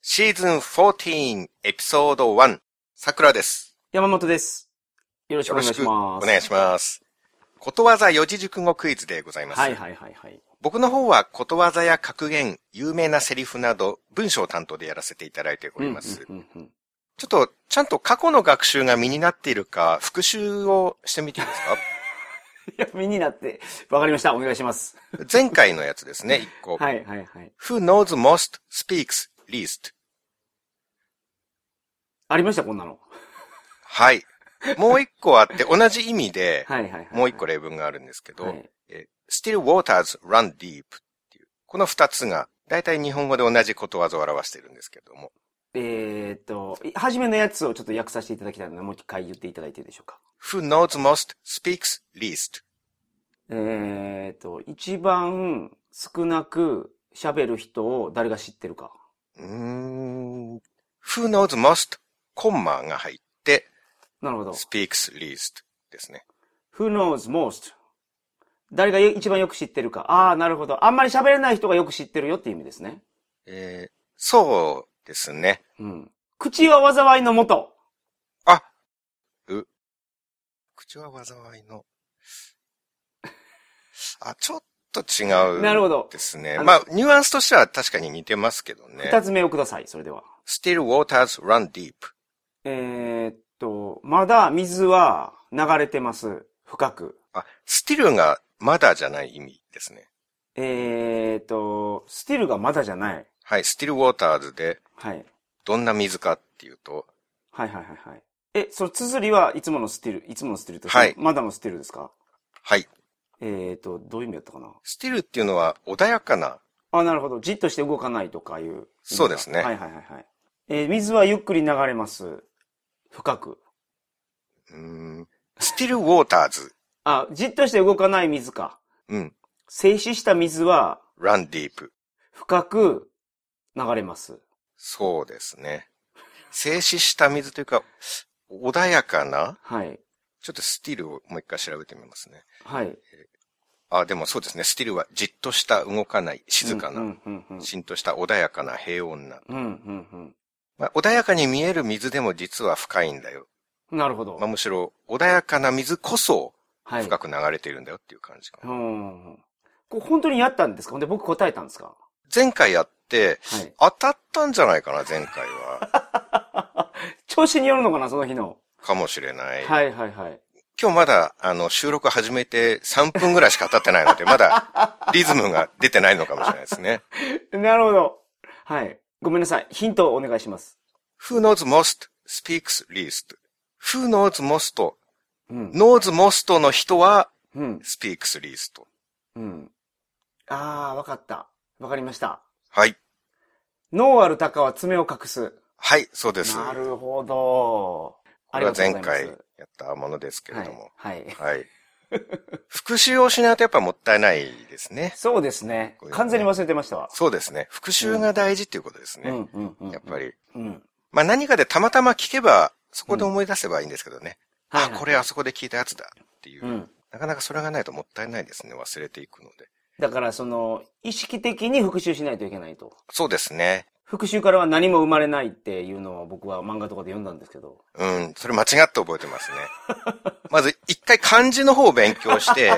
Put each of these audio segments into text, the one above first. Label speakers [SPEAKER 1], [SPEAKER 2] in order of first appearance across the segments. [SPEAKER 1] シーズン14エピソード1、桜です。
[SPEAKER 2] 山本です。よろしくお願いし
[SPEAKER 1] お
[SPEAKER 2] ます。
[SPEAKER 1] 願いします。ことわざ四字熟語クイズでございます。
[SPEAKER 2] はいはいはいはい。
[SPEAKER 1] 僕の方はことわざや格言、有名なセリフなど文章を担当でやらせていただいております。
[SPEAKER 2] うんうんうんうん
[SPEAKER 1] ちょっと、ちゃんと過去の学習が身になっているか、復習をしてみていいですか
[SPEAKER 2] いや、身になって、わかりました。お願いします。
[SPEAKER 1] 前回のやつですね、一個。
[SPEAKER 2] はいはいはい。
[SPEAKER 1] Who knows most speaks least.
[SPEAKER 2] ありました、こんなの。
[SPEAKER 1] はい。もう一個あって、同じ意味で、
[SPEAKER 2] はいはいはい。
[SPEAKER 1] もう一個
[SPEAKER 2] で。
[SPEAKER 1] 例文があるんですけど、
[SPEAKER 2] はい
[SPEAKER 1] え still waters run deep っていう。この二つが、だいたい日本語で同じことわざを表しているんですけども。
[SPEAKER 2] えーっと、い初めのやつをちょっと訳させていただきたいので、もう一回言っていただいていいでしょうか。
[SPEAKER 1] Who knows most speaks least.
[SPEAKER 2] えーっと、一番少なく喋る人を誰が知ってるか。
[SPEAKER 1] うーん。Who knows most コンマが入って
[SPEAKER 2] なるほど。
[SPEAKER 1] speaks least ですね。
[SPEAKER 2] Who knows most? 誰が一番よく知ってるか。ああ、なるほど。あんまり喋れない人がよく知ってるよっていう意味ですね。
[SPEAKER 1] えーそうですね。
[SPEAKER 2] うん。口は災いのもと。
[SPEAKER 1] あう。口は災いの。あ、ちょっと違う。
[SPEAKER 2] なるほど。
[SPEAKER 1] ですね
[SPEAKER 2] あ。の
[SPEAKER 1] まあ、ニュアンスとしては確かに似てますけどね。
[SPEAKER 2] 二つ目をください、それでは。
[SPEAKER 1] still waters run deep.
[SPEAKER 2] えーっと、まだ水は流れてます。深く。
[SPEAKER 1] あ、still がまだじゃない意味ですね。
[SPEAKER 2] えーっと、スティルがまだじゃない。
[SPEAKER 1] はい、still waters で
[SPEAKER 2] はい。
[SPEAKER 1] どんな水かっていうと、
[SPEAKER 2] はいはいはいはい。え、その綴りはいつものスティル、いつものスティルと、
[SPEAKER 1] はい
[SPEAKER 2] まだのスティルですか
[SPEAKER 1] はい、
[SPEAKER 2] えーっと、どういう意味だったかな
[SPEAKER 1] still っていうのは穏やかな、
[SPEAKER 2] あ、なるほど。じっとして動かないとかいう意味か。
[SPEAKER 1] そうですね
[SPEAKER 2] はいはいはいはい。えー水はゆっくり流れます。深く。
[SPEAKER 1] うーん、still waters,
[SPEAKER 2] あ、じっとして動かない水か。
[SPEAKER 1] うん、
[SPEAKER 2] 静止した水は
[SPEAKER 1] run deep.
[SPEAKER 2] 深く流れます。
[SPEAKER 1] そうですね。静止した水というか、穏やかな
[SPEAKER 2] はい。
[SPEAKER 1] ちょっと still をもう一回調べてみますね。
[SPEAKER 2] はい。
[SPEAKER 1] あ、でもそうですね。still はじっとした動かない、静かな、
[SPEAKER 2] うんうんうん。
[SPEAKER 1] しんとした穏やかな平穏な。
[SPEAKER 2] うんうん
[SPEAKER 1] まあ、穏やかに見える水でも実は深いんだよ。
[SPEAKER 2] うん。なるほど
[SPEAKER 1] まあ、。むしろ穏やかな水こそ
[SPEAKER 2] はい。
[SPEAKER 1] 深く流れているんだよっていう感じかな、
[SPEAKER 2] うんうん。これ本当にやったんですかほんで僕答えたんですか
[SPEAKER 1] 前回やって
[SPEAKER 2] はい。
[SPEAKER 1] 当たったんじゃないかな、前回 は。
[SPEAKER 2] 調子によるのかなその日の。
[SPEAKER 1] かもしれない。
[SPEAKER 2] はいはいはい。
[SPEAKER 1] 今日まだあの収録始めて3分ぐらいしか経ってないので、まだリズムが出てないのかもしれないですね。
[SPEAKER 2] なるほど。はい。ごめんなさい。ヒントをお願いします。
[SPEAKER 1] Who knows most speaks least.Who knows most
[SPEAKER 2] うん。
[SPEAKER 1] knows most の人は
[SPEAKER 2] うん。
[SPEAKER 1] speaks least.
[SPEAKER 2] うん。あー、わかった。わかりました。
[SPEAKER 1] はい。
[SPEAKER 2] 脳ある鷹は爪を隠す。
[SPEAKER 1] はい、そうです。
[SPEAKER 2] なるほど。
[SPEAKER 1] こ
[SPEAKER 2] あ
[SPEAKER 1] れ
[SPEAKER 2] り
[SPEAKER 1] は
[SPEAKER 2] がとう
[SPEAKER 1] 前
[SPEAKER 2] ござい
[SPEAKER 1] 回
[SPEAKER 2] ます。
[SPEAKER 1] やったものですけれども。
[SPEAKER 2] はい。は
[SPEAKER 1] は
[SPEAKER 2] い。
[SPEAKER 1] い。復習をしないとやっぱもったいないですね。
[SPEAKER 2] そうですね
[SPEAKER 1] こういうのね。
[SPEAKER 2] 完全に忘れてましたわ。
[SPEAKER 1] そうですね。復習が大事っていうことです
[SPEAKER 2] う
[SPEAKER 1] ね。
[SPEAKER 2] んうんうん。
[SPEAKER 1] やっぱ。り。
[SPEAKER 2] うん。
[SPEAKER 1] まあ何かでたまたま聞けば、そこで思い出せばいいんですけどね。
[SPEAKER 2] はいはい
[SPEAKER 1] あ、これあそこで聞いたやつだっていう。
[SPEAKER 2] うん。
[SPEAKER 1] なかなかそれがないともったいないですね。忘れていくので。
[SPEAKER 2] だからその、意識的に復習しないといけないと。
[SPEAKER 1] そうですね。
[SPEAKER 2] 復習からは何も生まれないっていうのを僕は漫画とかで読んだんですけど。
[SPEAKER 1] うん、それ間違って覚えてますね。 まず一回漢字の方を勉強して、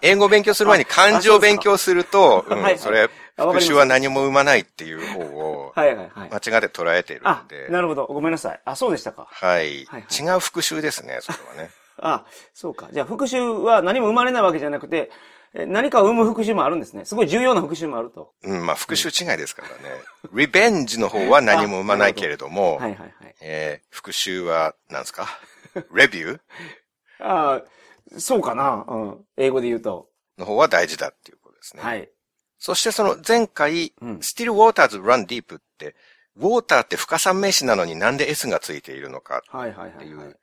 [SPEAKER 1] 英語を勉強する前に漢字を勉強すると、
[SPEAKER 2] かはい
[SPEAKER 1] うん、それ、
[SPEAKER 2] あわかりま
[SPEAKER 1] 復
[SPEAKER 2] した
[SPEAKER 1] 習は何も生まないっていう方を
[SPEAKER 2] はいはいはい。
[SPEAKER 1] 間違って捉えている
[SPEAKER 2] あ
[SPEAKER 1] ので、、
[SPEAKER 2] なるほど。ごめんなさい。あ、そうでしたか。
[SPEAKER 1] はい。
[SPEAKER 2] はい
[SPEAKER 1] 違う復習です ね、それはね。
[SPEAKER 2] あ、そうか。じゃあ復習は何も生まれないわけじゃなくて、え何かを生む復習もあるんですね。すごい重要な復習もあると。
[SPEAKER 1] うん、まあ復習違いですからね。リベンジの方は何も生まないけれども、
[SPEAKER 2] はいはいはい。
[SPEAKER 1] えー復習は何ですか レビュー
[SPEAKER 2] ああ、そうかな。うん。英語で言うと。
[SPEAKER 1] の方は大事だっていうことですね。
[SPEAKER 2] はい。
[SPEAKER 1] そしてその前回、
[SPEAKER 2] うん
[SPEAKER 1] still waters run deep って、ウォーターって深さ名詞なのになんで S がついているのか
[SPEAKER 2] はいはいは
[SPEAKER 1] ってい
[SPEAKER 2] い、
[SPEAKER 1] う、
[SPEAKER 2] はい。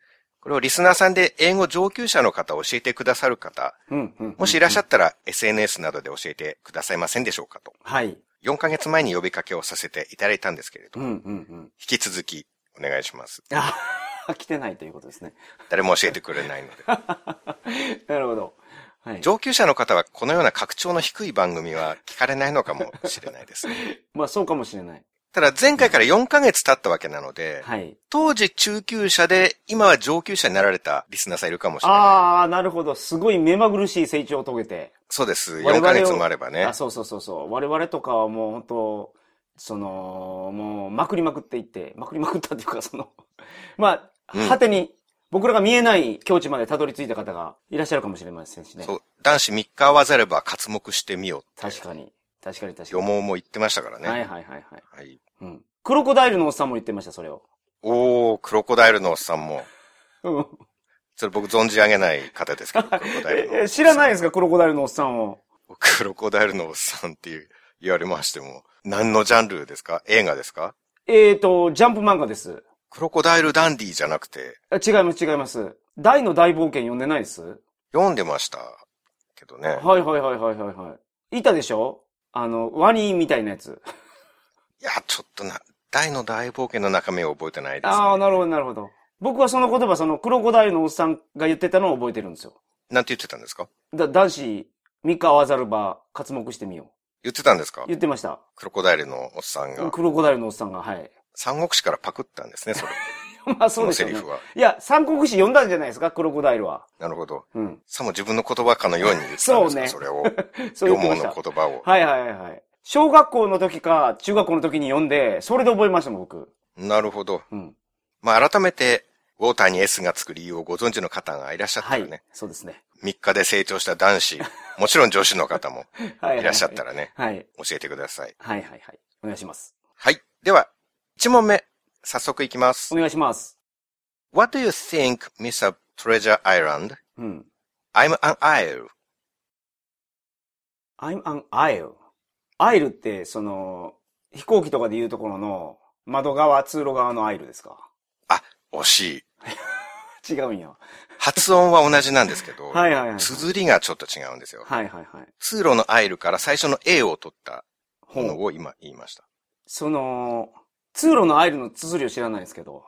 [SPEAKER 1] これをリスナーさんで英語上級者の方教えてくださる方、
[SPEAKER 2] うんうん。
[SPEAKER 1] もしいらっしゃったら SNS などで教えてくださいませんでしょうかと。
[SPEAKER 2] はい。
[SPEAKER 1] 4ヶ月前に呼びかけをさせていただいたんですけれど
[SPEAKER 2] うん
[SPEAKER 1] も、
[SPEAKER 2] うんうん。
[SPEAKER 1] 引き続きお願いします。
[SPEAKER 2] あ、来てないということですね。
[SPEAKER 1] 誰も教えてくれないので。
[SPEAKER 2] なるほど。はい。
[SPEAKER 1] 上級者の方はこのような格調の低い番組は聞かれないのかもしれないですね。
[SPEAKER 2] まあそうかもしれない。
[SPEAKER 1] ただ前回から4ヶ月経ったわけなので、
[SPEAKER 2] はい。
[SPEAKER 1] 当時中級者で、今は上級者になられたリスナーさんいるかもしれない。
[SPEAKER 2] ああ、なるほど。すごい目まぐるしい成長を遂げて。
[SPEAKER 1] そうです。
[SPEAKER 2] 我
[SPEAKER 1] 4
[SPEAKER 2] 々を
[SPEAKER 1] ヶ月もあればね
[SPEAKER 2] あ、。そうそうそうそう。我々とかはもう本当その、もう、まくりまくっていって、まくりまくったっていうか、その、 まあ、
[SPEAKER 1] うん
[SPEAKER 2] 果てに、僕らが見えない境地までたどり着いた方がいらっしゃるかもしれませんしね。
[SPEAKER 1] そう。男子3日合わざれば活目してみようって。
[SPEAKER 2] 確かに。確かに確か
[SPEAKER 1] 予
[SPEAKER 2] に。
[SPEAKER 1] 毛も言ってましたからね。
[SPEAKER 2] はいはいはいはい。
[SPEAKER 1] はい
[SPEAKER 2] うん。クロコダイルのおっさんも言ってました、それを。
[SPEAKER 1] おー、クロコダイルのおっさんも。
[SPEAKER 2] うん。
[SPEAKER 1] それ僕存じ上げない方ですけど、クロコダイルのおっさ
[SPEAKER 2] え
[SPEAKER 1] ん。
[SPEAKER 2] 知らないですか、クロコダイルのおっさんを。
[SPEAKER 1] クロコダイルのおっさんっていう言われましても、何のジャンルですか映画ですか
[SPEAKER 2] えーと、ジャンプ漫画です。
[SPEAKER 1] クロコダイルダンディじゃなくて、
[SPEAKER 2] あ違います、違います。大の大冒険読んでないです
[SPEAKER 1] 読んでましたけどね。
[SPEAKER 2] はいはいはいはいはいはい。いたでしょあの、ワニみたいな やつ。
[SPEAKER 1] いや、ちょっとな、大の大冒険の中身を覚えてないです、
[SPEAKER 2] ああ、
[SPEAKER 1] ね。
[SPEAKER 2] なるほどなるほど。僕はその言葉、そのクロコダイルのおっさんが言ってたのを覚えてるんですよ。
[SPEAKER 1] なんて言ってたんですか
[SPEAKER 2] だ、男子、三日合わざるば、活目してみよ
[SPEAKER 1] 言ってたんですか
[SPEAKER 2] う。言ってました。
[SPEAKER 1] クロコダイルのおっさんが。
[SPEAKER 2] クロコダイルのおっさんが、はい。
[SPEAKER 1] 三国志からパクったんですね、それ。
[SPEAKER 2] まあそ
[SPEAKER 1] そう
[SPEAKER 2] で
[SPEAKER 1] の
[SPEAKER 2] す
[SPEAKER 1] セ
[SPEAKER 2] よ
[SPEAKER 1] リ
[SPEAKER 2] ね
[SPEAKER 1] フ。は。
[SPEAKER 2] いや、三国志読んだんじゃないですか、クロコダイルは。
[SPEAKER 1] なるほど。
[SPEAKER 2] うん。
[SPEAKER 1] さも自分の言葉かのように言ってたんですか、
[SPEAKER 2] そ
[SPEAKER 1] それを。
[SPEAKER 2] そう
[SPEAKER 1] 両
[SPEAKER 2] 言っ
[SPEAKER 1] 毛
[SPEAKER 2] てました
[SPEAKER 1] の。言葉を。
[SPEAKER 2] はいはいはい。小学校の時か、中学校の時に読んで、それで覚えましたもん、僕。
[SPEAKER 1] なるほど。
[SPEAKER 2] うん。
[SPEAKER 1] まあ、改めて、ウォーターに S がつく理由をご存知の方がいらっしゃった
[SPEAKER 2] は
[SPEAKER 1] ら
[SPEAKER 2] い
[SPEAKER 1] ね、。
[SPEAKER 2] そうですね。
[SPEAKER 1] 3日で成長した男 子、もちろん女子の方も
[SPEAKER 2] はい
[SPEAKER 1] いらっしゃった
[SPEAKER 2] ら。
[SPEAKER 1] らね、
[SPEAKER 2] はい。
[SPEAKER 1] 教えてください。
[SPEAKER 2] はいはいはい。お願いします。
[SPEAKER 1] はい。では、1問目、早速いきます
[SPEAKER 2] お。願いします。
[SPEAKER 1] What do you think, Mr. Treasure Island?
[SPEAKER 2] うん。
[SPEAKER 1] I'm an isle.
[SPEAKER 2] I'm an aisle. アイルって、その、飛行機とかで言うところの、窓側、通路側のアイルですか
[SPEAKER 1] 惜しい。
[SPEAKER 2] 違うんや。
[SPEAKER 1] 発音は同じなんですけど、
[SPEAKER 2] はいはいはい。
[SPEAKER 1] 綴りがちょっと違うんですよ。
[SPEAKER 2] はいはいはい。
[SPEAKER 1] 通路のアイルから最初の A を取ったもの
[SPEAKER 2] ほう。
[SPEAKER 1] を今言いました。
[SPEAKER 2] その、通路のアイルの綴りを知らないですけど、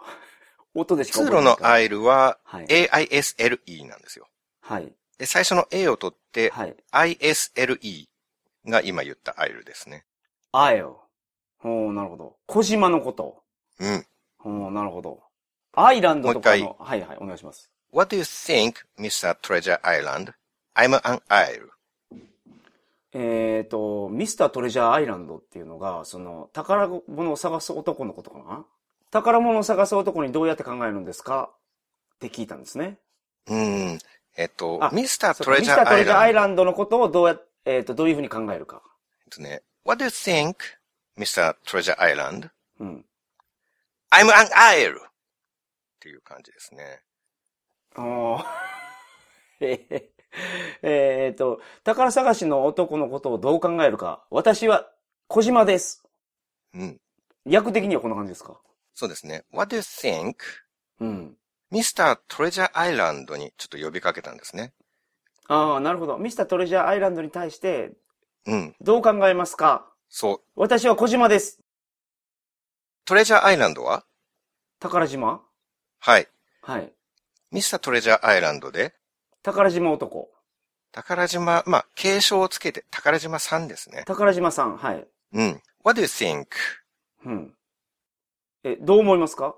[SPEAKER 2] 音でしか
[SPEAKER 1] 通
[SPEAKER 2] 覚え
[SPEAKER 1] 路
[SPEAKER 2] ない
[SPEAKER 1] の
[SPEAKER 2] から。
[SPEAKER 1] アイルは
[SPEAKER 2] はい。
[SPEAKER 1] AISLE なんですよ。
[SPEAKER 2] はい。
[SPEAKER 1] で、最初の A を取って、
[SPEAKER 2] はい。
[SPEAKER 1] ISLE が今言ったアイルですね。
[SPEAKER 2] アイル。ほう、なるほど。小島のこと。
[SPEAKER 1] うん。
[SPEAKER 2] ほう、なるほど。アイランドとかの、はいはい、お願いします。
[SPEAKER 1] What do you think, Mr. Treasure Island? I'm an isle.
[SPEAKER 2] えっ、と、ミスタートレジャーアイランドっていうのが、その、宝物を探す男のことかな宝物を探す男にどうやって考えるんですかって聞いたんですね。
[SPEAKER 1] うーん。えっと、Mr.
[SPEAKER 2] あそうかミスタ
[SPEAKER 1] Treasure
[SPEAKER 2] ートレジャーアイ
[SPEAKER 1] Island
[SPEAKER 2] ランドのことをどうや、えっ、と、どういうふうに考えるか。
[SPEAKER 1] ですね。What do you think, Mr. Treasure Island?
[SPEAKER 2] うん。
[SPEAKER 1] I'm an isle! っていう感じですね。
[SPEAKER 2] おーえーえっと、宝探しの男のことをどう考えるか。私は、小島です。
[SPEAKER 1] うん。
[SPEAKER 2] 役的にはこんな感じですか
[SPEAKER 1] そうですね。What do you think,
[SPEAKER 2] うん。
[SPEAKER 1] Mr. Treasure Island にちょっと呼びかけたんですね。
[SPEAKER 2] ああ、なるほど。ミスタートレジャーアイランドに対して、
[SPEAKER 1] うん。
[SPEAKER 2] どう考えますか
[SPEAKER 1] そう。
[SPEAKER 2] 私は小島です。
[SPEAKER 1] トレジャーアイランドは
[SPEAKER 2] 宝島
[SPEAKER 1] はい。
[SPEAKER 2] はい。
[SPEAKER 1] ミスタートレジャーアイランドで、
[SPEAKER 2] 宝島男。
[SPEAKER 1] 宝島、まあ、継承をつけて、宝島さんですね。
[SPEAKER 2] 宝島さん。はい。
[SPEAKER 1] うん。What do you think?
[SPEAKER 2] うん。え、どう思いますか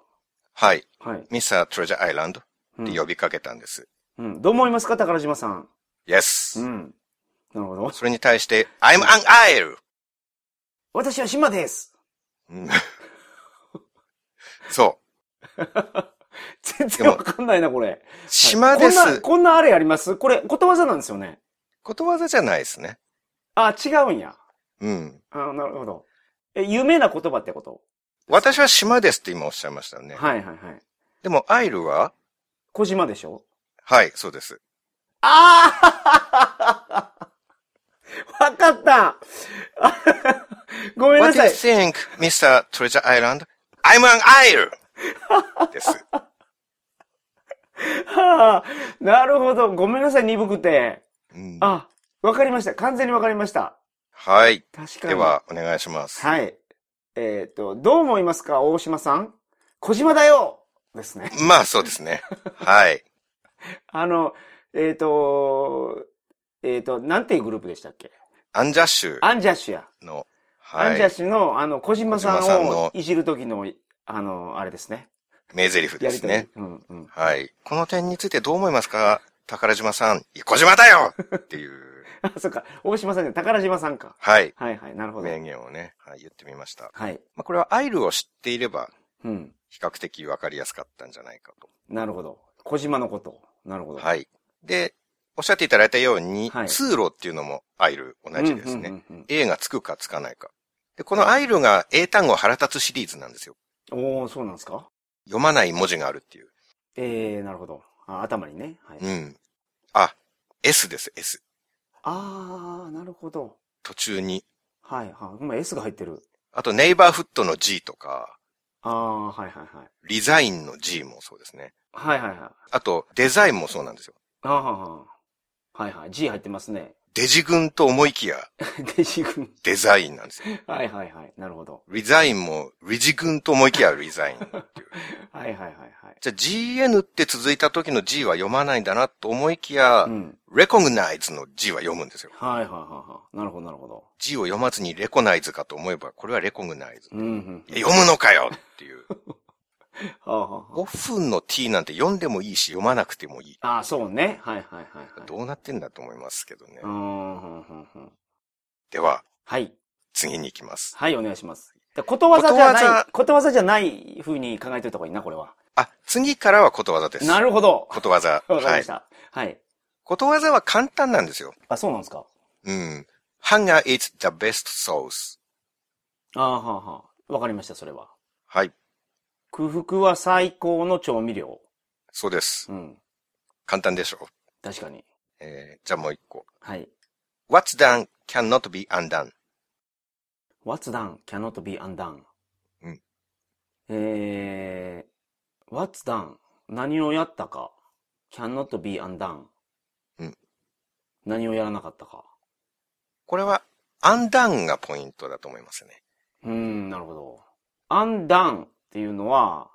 [SPEAKER 1] はい。
[SPEAKER 2] はい。
[SPEAKER 1] ミスタートレジャーアイランド
[SPEAKER 2] う
[SPEAKER 1] って
[SPEAKER 2] ん。
[SPEAKER 1] 呼びかけたんです。
[SPEAKER 2] うん。どう思いますか宝島さん。
[SPEAKER 1] yes.、
[SPEAKER 2] うん。なるほど。
[SPEAKER 1] それに対して、I'm an isle!
[SPEAKER 2] 私は島です。
[SPEAKER 1] うん そ。
[SPEAKER 2] 全然わかんないな、これ。はいう
[SPEAKER 1] 島です。
[SPEAKER 2] こんな、こんなあれありますこれ、ことわざなんですよね。
[SPEAKER 1] ことわざじゃないですね。
[SPEAKER 2] あ、違うんや。
[SPEAKER 1] うん。
[SPEAKER 2] あなるほど。え、有名な言葉ってこと
[SPEAKER 1] 私は島ですって今おっしゃいましたよね。
[SPEAKER 2] はいはいはい。
[SPEAKER 1] でも、アイルは
[SPEAKER 2] 小島でしょ
[SPEAKER 1] はい、そうです。
[SPEAKER 2] ああ わかったあごめんな
[SPEAKER 1] What do
[SPEAKER 2] さ
[SPEAKER 1] you
[SPEAKER 2] い。
[SPEAKER 1] think, Mr. Treasure Island? I'm an isle! です。
[SPEAKER 2] はあ、なるほど。ごめんなさい、鈍くて。
[SPEAKER 1] うん
[SPEAKER 2] あ、わかりました。完全にわかりました。
[SPEAKER 1] はい。
[SPEAKER 2] 確かに。
[SPEAKER 1] で。は、お願いします。
[SPEAKER 2] はい。えっ、と、どう思いますか、大島さん小島だよですね。
[SPEAKER 1] まあ、そうですね。はい。
[SPEAKER 2] あの、えっ、と、えっ、と、なんていうグループでしたっけ
[SPEAKER 1] アンジャッシュ
[SPEAKER 2] アンジャッシュや。
[SPEAKER 1] の、は
[SPEAKER 2] アンジャッ
[SPEAKER 1] い。
[SPEAKER 2] シュの、あの、小島さ
[SPEAKER 1] 小島さ
[SPEAKER 2] ん
[SPEAKER 1] ん
[SPEAKER 2] を
[SPEAKER 1] の
[SPEAKER 2] いじる時の、あの、あれですね。
[SPEAKER 1] 名台詞です
[SPEAKER 2] やり
[SPEAKER 1] ね。
[SPEAKER 2] とり。うんうん。
[SPEAKER 1] はい。この点についてどう思いますか宝島さん。いや、小島だよっていう、
[SPEAKER 2] あ、そっか。大島さんじゃない宝島さんか。
[SPEAKER 1] はい。
[SPEAKER 2] はいはい。なるほど。
[SPEAKER 1] 名言をね、はい、言ってみました。
[SPEAKER 2] はい。
[SPEAKER 1] まあ、これはアイルを知っていれば、
[SPEAKER 2] うん。
[SPEAKER 1] 比較的わかりやすかったんじゃないかと。
[SPEAKER 2] なるほど。小島のこと。なるほど。い。
[SPEAKER 1] はい。で、おっしゃっていただいたように、
[SPEAKER 2] はい
[SPEAKER 1] 通路っていうのもアイル同じですね。
[SPEAKER 2] うんうんうん
[SPEAKER 1] A がつくかつかないか。で、このアイルが英単語腹立つシリーズなんですよ。
[SPEAKER 2] うん。おー、そうなんですか
[SPEAKER 1] 読まない文字があるっていう。
[SPEAKER 2] えー、なるほど。あ頭にね。はい。
[SPEAKER 1] うん。あ、S です、S。
[SPEAKER 2] あー、なるほど。
[SPEAKER 1] 途中に。
[SPEAKER 2] はいはい。今 S が入ってる。
[SPEAKER 1] あと、ネイバーフットの G とか、
[SPEAKER 2] あー、はいはいはい。
[SPEAKER 1] リザインの G もそうですね。
[SPEAKER 2] はいはいはい。
[SPEAKER 1] あと、デザインもそうなんですよ。
[SPEAKER 2] あーはーはーはいはい。G 入ってますね。
[SPEAKER 1] デジ軍と思いきや、
[SPEAKER 2] デジ君。
[SPEAKER 1] デザインなんですよ。
[SPEAKER 2] はいはいはい。なるほど。
[SPEAKER 1] リザインも、リジ軍と思いきやリ ザインっていう。
[SPEAKER 2] はいはいはいはい。
[SPEAKER 1] じゃあ GN って続いた時の G は読まないんだなと思いきや、
[SPEAKER 2] うん。
[SPEAKER 1] recognize の G は読むんですよ。
[SPEAKER 2] はいはいはいはい。なるほどなるほど。
[SPEAKER 1] G を読まずに recognize かと思えば、これは recognize。
[SPEAKER 2] うんうん。
[SPEAKER 1] いや読むのかよっていう。
[SPEAKER 2] はあはあは
[SPEAKER 1] 5分の T なんて読んでもいいし、読まなくてもいい。
[SPEAKER 2] ああー、そうね。はいはいはいはい。
[SPEAKER 1] どうなってんだと思いますけどね
[SPEAKER 2] うー。ん、ふんふんふん。
[SPEAKER 1] では、
[SPEAKER 2] はい。
[SPEAKER 1] 次に行きます。
[SPEAKER 2] はい、お願いします。でことわざじ
[SPEAKER 1] こ
[SPEAKER 2] ゃ
[SPEAKER 1] とわ
[SPEAKER 2] ない
[SPEAKER 1] ざ、
[SPEAKER 2] ことわざじゃない風に考えといた方がいいな、これは。
[SPEAKER 1] あ、次からはことわざです。
[SPEAKER 2] なるほど。
[SPEAKER 1] ことわざ。
[SPEAKER 2] わかり
[SPEAKER 1] は
[SPEAKER 2] ま
[SPEAKER 1] い
[SPEAKER 2] し。た。はい。
[SPEAKER 1] ことわざは簡単なんですよ。
[SPEAKER 2] あ、そうなんですか。
[SPEAKER 1] うん。hunger is the best sauce.
[SPEAKER 2] ああ、はあ、はあ。わかりました、それは。
[SPEAKER 1] はい。
[SPEAKER 2] 空腹は最高の調味料。
[SPEAKER 1] そうです。
[SPEAKER 2] うん。
[SPEAKER 1] 簡単でしょう。
[SPEAKER 2] 確かに。
[SPEAKER 1] えー、じゃあもう一個。
[SPEAKER 2] はい。
[SPEAKER 1] What's done cannot be undone.
[SPEAKER 2] What's done cannot be undone.
[SPEAKER 1] うん。
[SPEAKER 2] えー、What's done? 何をやったか。cannot be undone.
[SPEAKER 1] うん。
[SPEAKER 2] 何をやらなかったか。
[SPEAKER 1] これは、undone がポイントだと思いますね。
[SPEAKER 2] うーん、なるほど。undone っていうのは、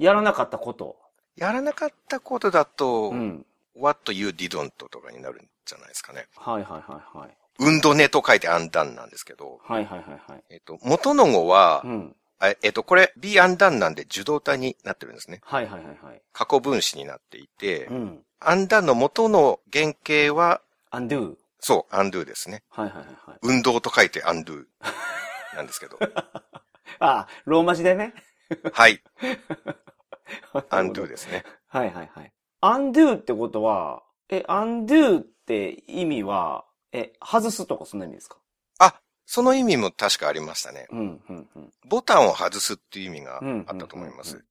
[SPEAKER 2] やらなかったこと。
[SPEAKER 1] やらなかったことだと、
[SPEAKER 2] うん。
[SPEAKER 1] what you didn't とかになるんじゃないですかね。
[SPEAKER 2] はいはいはいはい。
[SPEAKER 1] 運動ねと書いて undone なんですけど、
[SPEAKER 2] はいはいはいはい。
[SPEAKER 1] えっと、元の語は
[SPEAKER 2] う、ん。
[SPEAKER 1] あえっと、これ be undone なんで受動体になってるんですね。
[SPEAKER 2] はいはいはいはい。
[SPEAKER 1] 過去分詞になっていて
[SPEAKER 2] う、ん。
[SPEAKER 1] undone の元の原型は、
[SPEAKER 2] undo。
[SPEAKER 1] そう、undo ですね。
[SPEAKER 2] はいはいはいはい。
[SPEAKER 1] 運動と書いて undo なんですけど。
[SPEAKER 2] あ、ローマ字でね。
[SPEAKER 1] はい、undo ですね。
[SPEAKER 2] はいはいはい。undo ってことは、え、undo って意味は、え、外すとかそんな意味ですか
[SPEAKER 1] あ、その意味も確かありましたね。
[SPEAKER 2] うん、うん、うん。
[SPEAKER 1] ボタンを外すっていう意味が
[SPEAKER 2] うん
[SPEAKER 1] あったと思いま。
[SPEAKER 2] うんう
[SPEAKER 1] す
[SPEAKER 2] ん。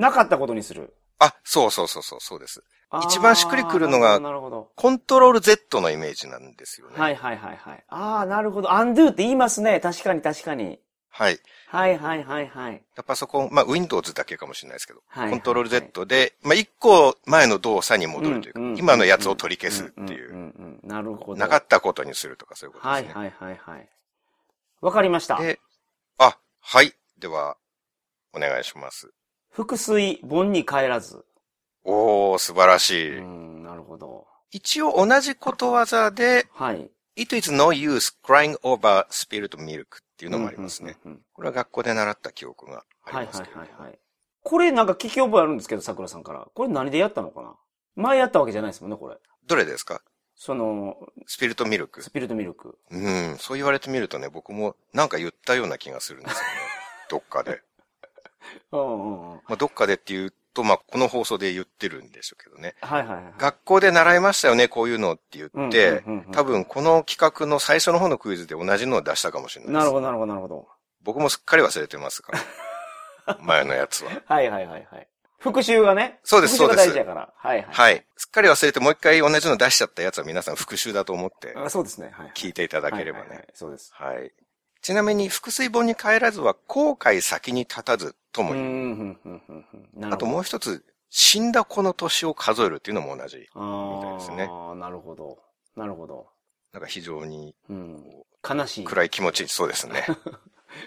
[SPEAKER 2] なかったことにする。
[SPEAKER 1] あ、そうそうそうそう、そうです。
[SPEAKER 2] あー
[SPEAKER 1] 一番しっくりくるのが
[SPEAKER 2] なるほど。
[SPEAKER 1] コントロール Z のイメージなんですよね。
[SPEAKER 2] はいはいはいはい。ああ、なるほど。undo って言いますね。確かに確かに。
[SPEAKER 1] はい。
[SPEAKER 2] はいはいはいはい。
[SPEAKER 1] パソコン、まあ Windows だけかもしれないですけど、
[SPEAKER 2] はいはいはい
[SPEAKER 1] コントロール Z で、まあ一個前の動作に戻るというか、
[SPEAKER 2] うんうん
[SPEAKER 1] 今のやつを取り消すってい
[SPEAKER 2] うん
[SPEAKER 1] う、
[SPEAKER 2] んうんうんなるほど。
[SPEAKER 1] なかったことにするとかそういうこと
[SPEAKER 2] は
[SPEAKER 1] です
[SPEAKER 2] い
[SPEAKER 1] ね。
[SPEAKER 2] はいはいはい。わかりました。
[SPEAKER 1] で、あ、はい。では、お願いします。
[SPEAKER 2] 腹水、盆に帰らず。
[SPEAKER 1] おー、素晴らし
[SPEAKER 2] う
[SPEAKER 1] い。
[SPEAKER 2] ん、なるほど。
[SPEAKER 1] 一応同じことわざで、
[SPEAKER 2] はい。
[SPEAKER 1] It is no use crying over spilled milk っていうのもありますね。
[SPEAKER 2] うんうんうん
[SPEAKER 1] これは学校で習った記憶があ
[SPEAKER 2] は
[SPEAKER 1] り
[SPEAKER 2] い
[SPEAKER 1] ます
[SPEAKER 2] はい
[SPEAKER 1] けれども。
[SPEAKER 2] はいはい。これなんか聞き覚えあるんですけど、桜さんから。これ何でやったのかな前やったわけじゃないですもんね、これ。
[SPEAKER 1] どれですか
[SPEAKER 2] その、
[SPEAKER 1] スピルトミルク
[SPEAKER 2] ス。ピルトミルク。
[SPEAKER 1] うん、そう言われてみるとね、僕もなんか言ったような気がするん ですよね。どっかで。
[SPEAKER 2] うんうんうん。
[SPEAKER 1] まあ、どっかでって言うと、まあ、この放送で言ってるんでしょうけどね。
[SPEAKER 2] はいはいはい。
[SPEAKER 1] 学校で習いましたよね、こういうのって言
[SPEAKER 2] うん
[SPEAKER 1] って、
[SPEAKER 2] うんうんうん
[SPEAKER 1] 多分この企画の最初の方のクイズで同じのを出したかもしれないです。
[SPEAKER 2] なるほどなるほどなるほど。
[SPEAKER 1] 僕もすっかり忘れてますから。前のやつは。
[SPEAKER 2] はいはいはいはい。復習がね。
[SPEAKER 1] そうです
[SPEAKER 2] 復習が
[SPEAKER 1] そ
[SPEAKER 2] 大
[SPEAKER 1] う
[SPEAKER 2] 事
[SPEAKER 1] で
[SPEAKER 2] や
[SPEAKER 1] す
[SPEAKER 2] から。はいはい。
[SPEAKER 1] はい。すっかり忘れてもう一回同じの出しちゃったやつは皆さん復習だと思って
[SPEAKER 2] あそうですね。はい。
[SPEAKER 1] 聞いていただければ
[SPEAKER 2] はいはいは
[SPEAKER 1] ね
[SPEAKER 2] い。。そうです。
[SPEAKER 1] はい。ちなみに、腹水本に帰らずは後悔先に立たずと
[SPEAKER 2] う
[SPEAKER 1] も
[SPEAKER 2] ん、う、
[SPEAKER 1] 言うん
[SPEAKER 2] うん、うんうん。なるほど。
[SPEAKER 1] あともう一つ、死んだ子の年を数えるっていうのも同じ。
[SPEAKER 2] あ
[SPEAKER 1] みたいですね
[SPEAKER 2] あ、なるほど。なるほど。
[SPEAKER 1] なんか非常に
[SPEAKER 2] うん。悲しい。
[SPEAKER 1] 暗い気持ち、そうです ね。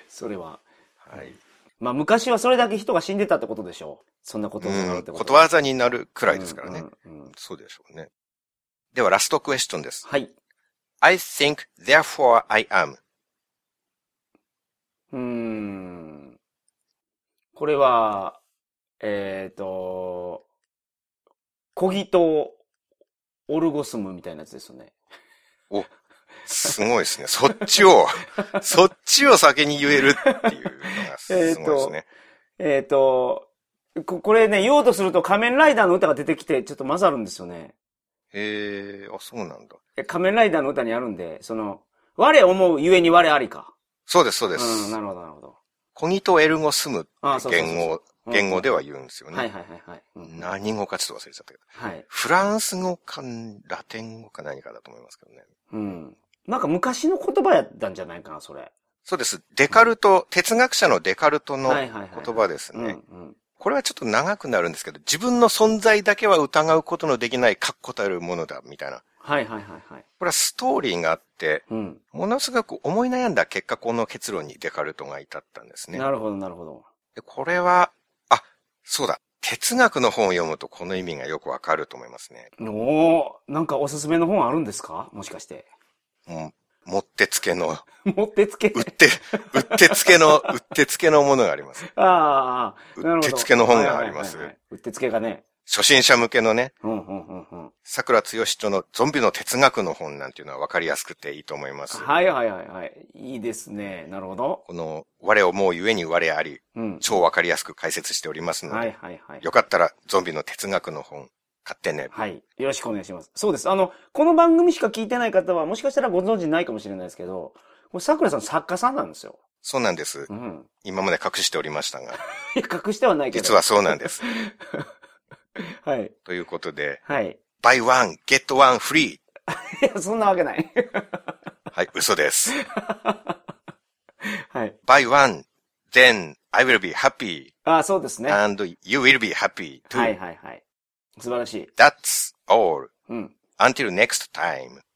[SPEAKER 2] それは。
[SPEAKER 1] はい。
[SPEAKER 2] まあ昔はそれだけ人が死んでたってことでしょう。そんなことになる
[SPEAKER 1] う
[SPEAKER 2] っ
[SPEAKER 1] ん、
[SPEAKER 2] て
[SPEAKER 1] こ
[SPEAKER 2] こと
[SPEAKER 1] とわざになるくらいですからね。
[SPEAKER 2] うんうんうん
[SPEAKER 1] そうでしょうね。では、ラストクエスチョンです。
[SPEAKER 2] はい。
[SPEAKER 1] I think, therefore I am.
[SPEAKER 2] うーん。これは、えっ、と、小木とオルゴスムみたいなやつですよね。
[SPEAKER 1] すごいですね。そっち を、そっちを先に言えるっていうのがすごいですね。
[SPEAKER 2] えっ、と、ここれね、言おうとすると仮面ライダーの歌が出てきて、ちょっと混ざるんですよね。
[SPEAKER 1] えー、あ、そうなんだ。
[SPEAKER 2] え仮面ライダーの歌にあるんで、その、我思うゆえに我ありか。
[SPEAKER 1] そうです、そう
[SPEAKER 2] う
[SPEAKER 1] です。
[SPEAKER 2] ん、なるほど、なるほど。
[SPEAKER 1] コニトエルゴスムって
[SPEAKER 2] あそうそうそう
[SPEAKER 1] 言語、
[SPEAKER 2] うん
[SPEAKER 1] 言語では言うんですよね。
[SPEAKER 2] はいはいはいはい。うん
[SPEAKER 1] 何語かちょっと忘れちゃったけど。
[SPEAKER 2] はい。
[SPEAKER 1] フランス語か、ラテン語か何かだと思いますけどね。
[SPEAKER 2] うん。なんか昔の言葉やったんじゃないかな、それ。
[SPEAKER 1] そうです。デカルト、哲学者のデカルトの
[SPEAKER 2] はいはい
[SPEAKER 1] 言
[SPEAKER 2] はいはい
[SPEAKER 1] 葉です
[SPEAKER 2] うん、う
[SPEAKER 1] ね。
[SPEAKER 2] ん。
[SPEAKER 1] これはちょっと長くなるんですけど、自分の存在だけは疑うことのできない確固たるものだ、みたいな。
[SPEAKER 2] はいはいはいはい。
[SPEAKER 1] これはストーリーがあって、
[SPEAKER 2] うん。
[SPEAKER 1] ものすごく思い悩んだ結果、この結論にデカルトが至ったんですね。
[SPEAKER 2] なるほど、なるほど。
[SPEAKER 1] でこれは、あ、そうだ。哲学の本を読むとこの意味がよくわかると思いますね。
[SPEAKER 2] おーなんかおすすめの本あるんですかもしかして。
[SPEAKER 1] もう、もってつけの、
[SPEAKER 2] 持ってつけ。
[SPEAKER 1] うって、うってつけの、うってつけのものがあります。
[SPEAKER 2] ああ、なるほど。
[SPEAKER 1] うってつけの本があります
[SPEAKER 2] はいはいはいはい。うってつけがね。
[SPEAKER 1] 初心者向けのね、
[SPEAKER 2] うんうんうんうん。
[SPEAKER 1] 桜剛人のゾンビの哲学の本なんていうのはわかりやすくていいと思います。
[SPEAKER 2] はいはいはいはい。いいですね。なるほど。
[SPEAKER 1] この、我をもうゆえに我あり、
[SPEAKER 2] うん。
[SPEAKER 1] 超わかりやすく解説しておりますので、
[SPEAKER 2] はいはいはい。
[SPEAKER 1] よかったらゾンビの哲学の本買ってね。
[SPEAKER 2] はい。よろしくお願いします。そうです。あの、この番組しか聞いてない方は、もしかしたらご存知ないかもしれないですけど、これ桜さん作家さんなんですよ。
[SPEAKER 1] そうなんです。
[SPEAKER 2] うん。
[SPEAKER 1] 今まで隠しておりましたが、
[SPEAKER 2] いや 隠してはないけど。
[SPEAKER 1] 実は。そうなん です。
[SPEAKER 2] はい。
[SPEAKER 1] ということで、
[SPEAKER 2] はい。
[SPEAKER 1] buy one, get one free。
[SPEAKER 2] いや、そんなわけない。
[SPEAKER 1] はい、嘘です。
[SPEAKER 2] はい。
[SPEAKER 1] buy one, then I will be happy
[SPEAKER 2] ああ、そうですね。は
[SPEAKER 1] and you will be happy
[SPEAKER 2] い
[SPEAKER 1] too.
[SPEAKER 2] はいはい。素晴らしい。
[SPEAKER 1] That's all.
[SPEAKER 2] うん。
[SPEAKER 1] Until next time.